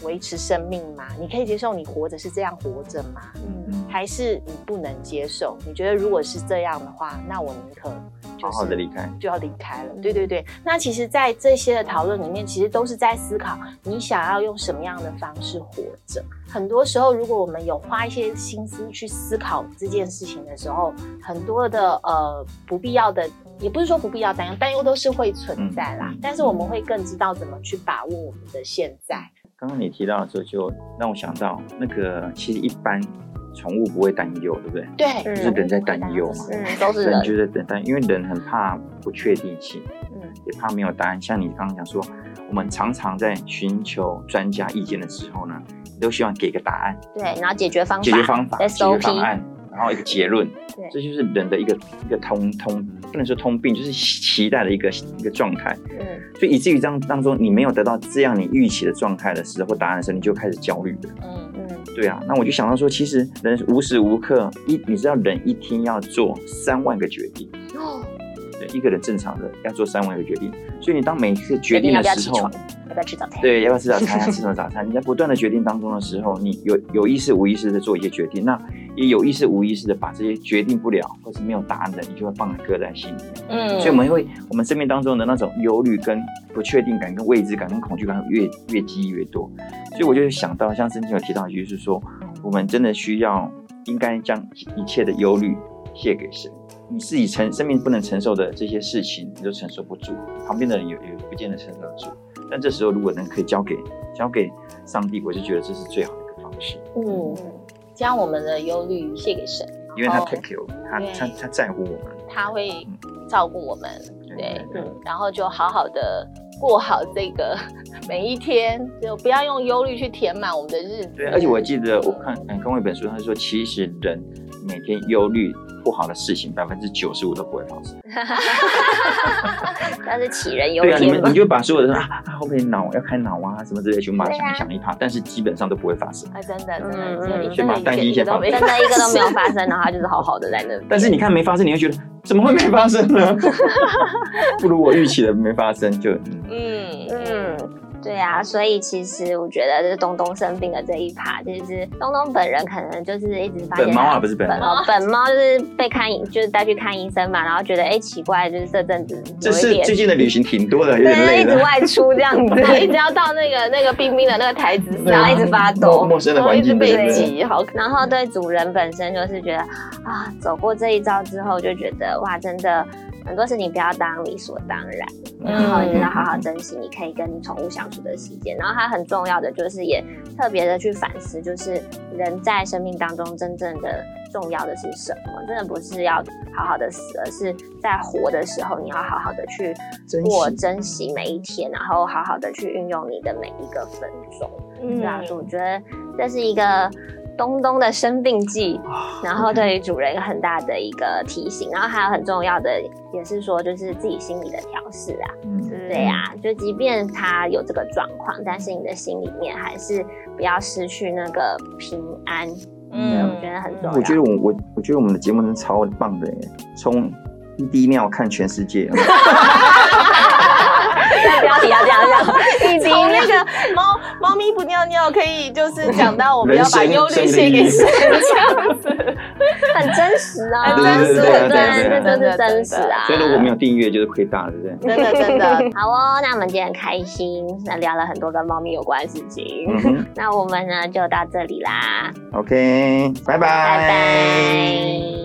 Speaker 3: 维持生命吗？你可以接受你活着是这样活着吗？
Speaker 5: 嗯
Speaker 3: 还是你不能接受？你觉得如果是这样的话，那我宁可就是
Speaker 5: 好好的离开。
Speaker 3: 就要离开了。对对对，那其实，在这些的讨论里面，其实都是在思考你想要用什么样的方式活着。很多时候，如果我们有花一些心思去思考这件事情的时候，很多的呃不必要的，也不是说不必要担忧，担忧都是会存在啦。
Speaker 5: 嗯嗯
Speaker 3: 但是我们会更知道怎么去把握我们的现在。
Speaker 5: 刚刚你提到的时候，就让我想到那个，其实一般宠物不会担忧，对不对？
Speaker 3: 对，
Speaker 2: 嗯
Speaker 5: 就是人在担忧嘛，
Speaker 2: 嗯，都是
Speaker 5: 人
Speaker 2: 人，
Speaker 5: 就是在担，因为人很怕不确定性，
Speaker 2: 嗯
Speaker 5: 也怕没有答案。像你刚刚讲说，我们常常在寻求专家意见的时候呢，都希望给个答案、
Speaker 2: 对，然后解决方法，
Speaker 5: 解决方法、解决
Speaker 2: SOP
Speaker 5: 方案，然后一个结论。
Speaker 2: 对
Speaker 5: 这就是人的一个一个通通，不能说通病，就是期待的一个一个状态。
Speaker 2: 嗯，
Speaker 5: 所以以至于当当中你没有得到这样你预期的状态的时候或答案的时候，你就开始焦虑了。
Speaker 3: 嗯
Speaker 2: 嗯
Speaker 5: 对啊，那我就想到说，其实人无时无刻一，你知道人一天要做三万个决定，
Speaker 2: 哦，
Speaker 5: 对，一个人正常的要做三万个决定，所以你当每一次决定
Speaker 2: 要
Speaker 5: 的
Speaker 2: 不要
Speaker 5: 时
Speaker 2: 起
Speaker 5: 候
Speaker 2: 床，，要不要吃早餐？
Speaker 5: 对，要不要吃早餐，要吃什么早餐，你在不断的决定当中的时候，你有有意识无意识的做一些决定，那也有意识无意识的把这些决定不了或是没有答案的，你就会放在搁在心里面。
Speaker 3: 嗯
Speaker 5: 所以我们会，我们生命当中的那种忧虑、跟不确定感、跟未知感、跟恐惧感越越积越多。所以我就想到，像圣经有提到，就是说，我们真的需要应该将一切的忧虑卸给神。你自己承生命不能承受的这些事情，你都承受不住，旁边的人也也不见得承受得住。但这时候如果能可以交给交给上帝，我就觉得这是最好的一个方式，
Speaker 3: 嗯，将我们的忧虑卸给神，
Speaker 5: 因为他
Speaker 3: 哦
Speaker 5: take care，、他
Speaker 3: 对
Speaker 5: 他他在乎我们。
Speaker 3: 他会照顾我们，
Speaker 5: 对
Speaker 3: 对，嗯，然后就好好的过好这个 每一天，就不要用忧虑去填满我们的日子。
Speaker 5: 对，而且我记得我看嗯看过一本书，他说其实人每天忧虑不好的事情，百分之九十五都不会发生。
Speaker 2: 但是杞人忧
Speaker 5: 对啊，你
Speaker 2: 天
Speaker 5: 们
Speaker 2: 嘛
Speaker 5: 你。就把所有的啊啊后面脑要开脑啊什么之类，全部把它
Speaker 2: 对啊
Speaker 5: 想想一趴，但是基本上都不会发生。
Speaker 3: 啊，真的，真
Speaker 2: 嗯
Speaker 3: 的，真的
Speaker 2: 嗯
Speaker 5: 先把担心先
Speaker 3: 都
Speaker 5: 放
Speaker 3: 没
Speaker 2: 真的一个都没有发生，然后他就是好好的在那边。
Speaker 5: 但是你看没发生，你会觉得怎么会没发生呢？ 不如我预期的没发生，就嗯
Speaker 3: 嗯嗯，
Speaker 2: 嗯，对啊，所以其实我觉得就是东东生病的这一趴，就是东东本人可能就是一直发现
Speaker 5: 本猫
Speaker 2: 他
Speaker 5: 啊不是本猫，
Speaker 2: 哦，本猫就是被看医，就是带去看医生嘛，然后觉得哎、奇怪，就是这阵子
Speaker 5: 这
Speaker 2: 有一
Speaker 5: 是
Speaker 2: 点
Speaker 5: 最近的旅行挺多的，有点
Speaker 2: 对，
Speaker 5: 累
Speaker 2: 一直
Speaker 5: 的。
Speaker 2: 外出这样子，
Speaker 3: 然后一直要到那个那个冰冰的那个台子上，
Speaker 2: 然后一直发抖
Speaker 5: 啊陌陌生的
Speaker 3: 然后一
Speaker 5: 环
Speaker 3: 直
Speaker 5: 境，
Speaker 3: 被
Speaker 5: 对不对
Speaker 3: 挤，好可
Speaker 2: 然后对主人本身就是觉得啊，走过这一遭之后，就觉得哇，真的很多事情不要当理所当然，然后你
Speaker 3: 嗯
Speaker 2: 要好好珍惜你可以跟宠物相处的时间。然后它很重要的就是也特别的去反思，就是人在生命当中真正的重要的是什么？真的不是要好好的死，而是在活的时候，你要好好的去
Speaker 5: 珍惜
Speaker 2: 过珍惜每一天，然后好好的去运用你的每一个分钟。
Speaker 5: 嗯
Speaker 2: 对啊，所以我觉得这是一个东东的生病记，
Speaker 5: 啊
Speaker 2: 然后对于主人一个很大的一个提醒，然后还有很重要的也是说，就是自己心理的调试啊，
Speaker 5: 嗯
Speaker 2: 对啊，就即便他有这个状况，但是你的心里面还是不要失去那个平 安，对，我觉得很重要。
Speaker 5: 嗯我觉得我我我觉得我们的节目真的超棒的耶，从一滴尿看全世界，
Speaker 2: 标题要这样 这样，一
Speaker 3: 从那 个猫猫咪不尿尿，可以就是讲到我们要把
Speaker 5: 人生
Speaker 3: 忧虑写给神这样子，
Speaker 2: 很真实啊，
Speaker 5: 对对对对对对
Speaker 2: 对
Speaker 5: 对
Speaker 2: 这就是真实 啊。
Speaker 5: 所以如果没有订阅就是亏大了，对不对？
Speaker 3: 真的真的，
Speaker 2: 好哦，那我们今天很开心，那聊了很多跟猫咪有关的事情。
Speaker 5: 嗯哼
Speaker 2: 那我们呢就到这里啦，
Speaker 5: ，OK，拜拜，
Speaker 2: 拜拜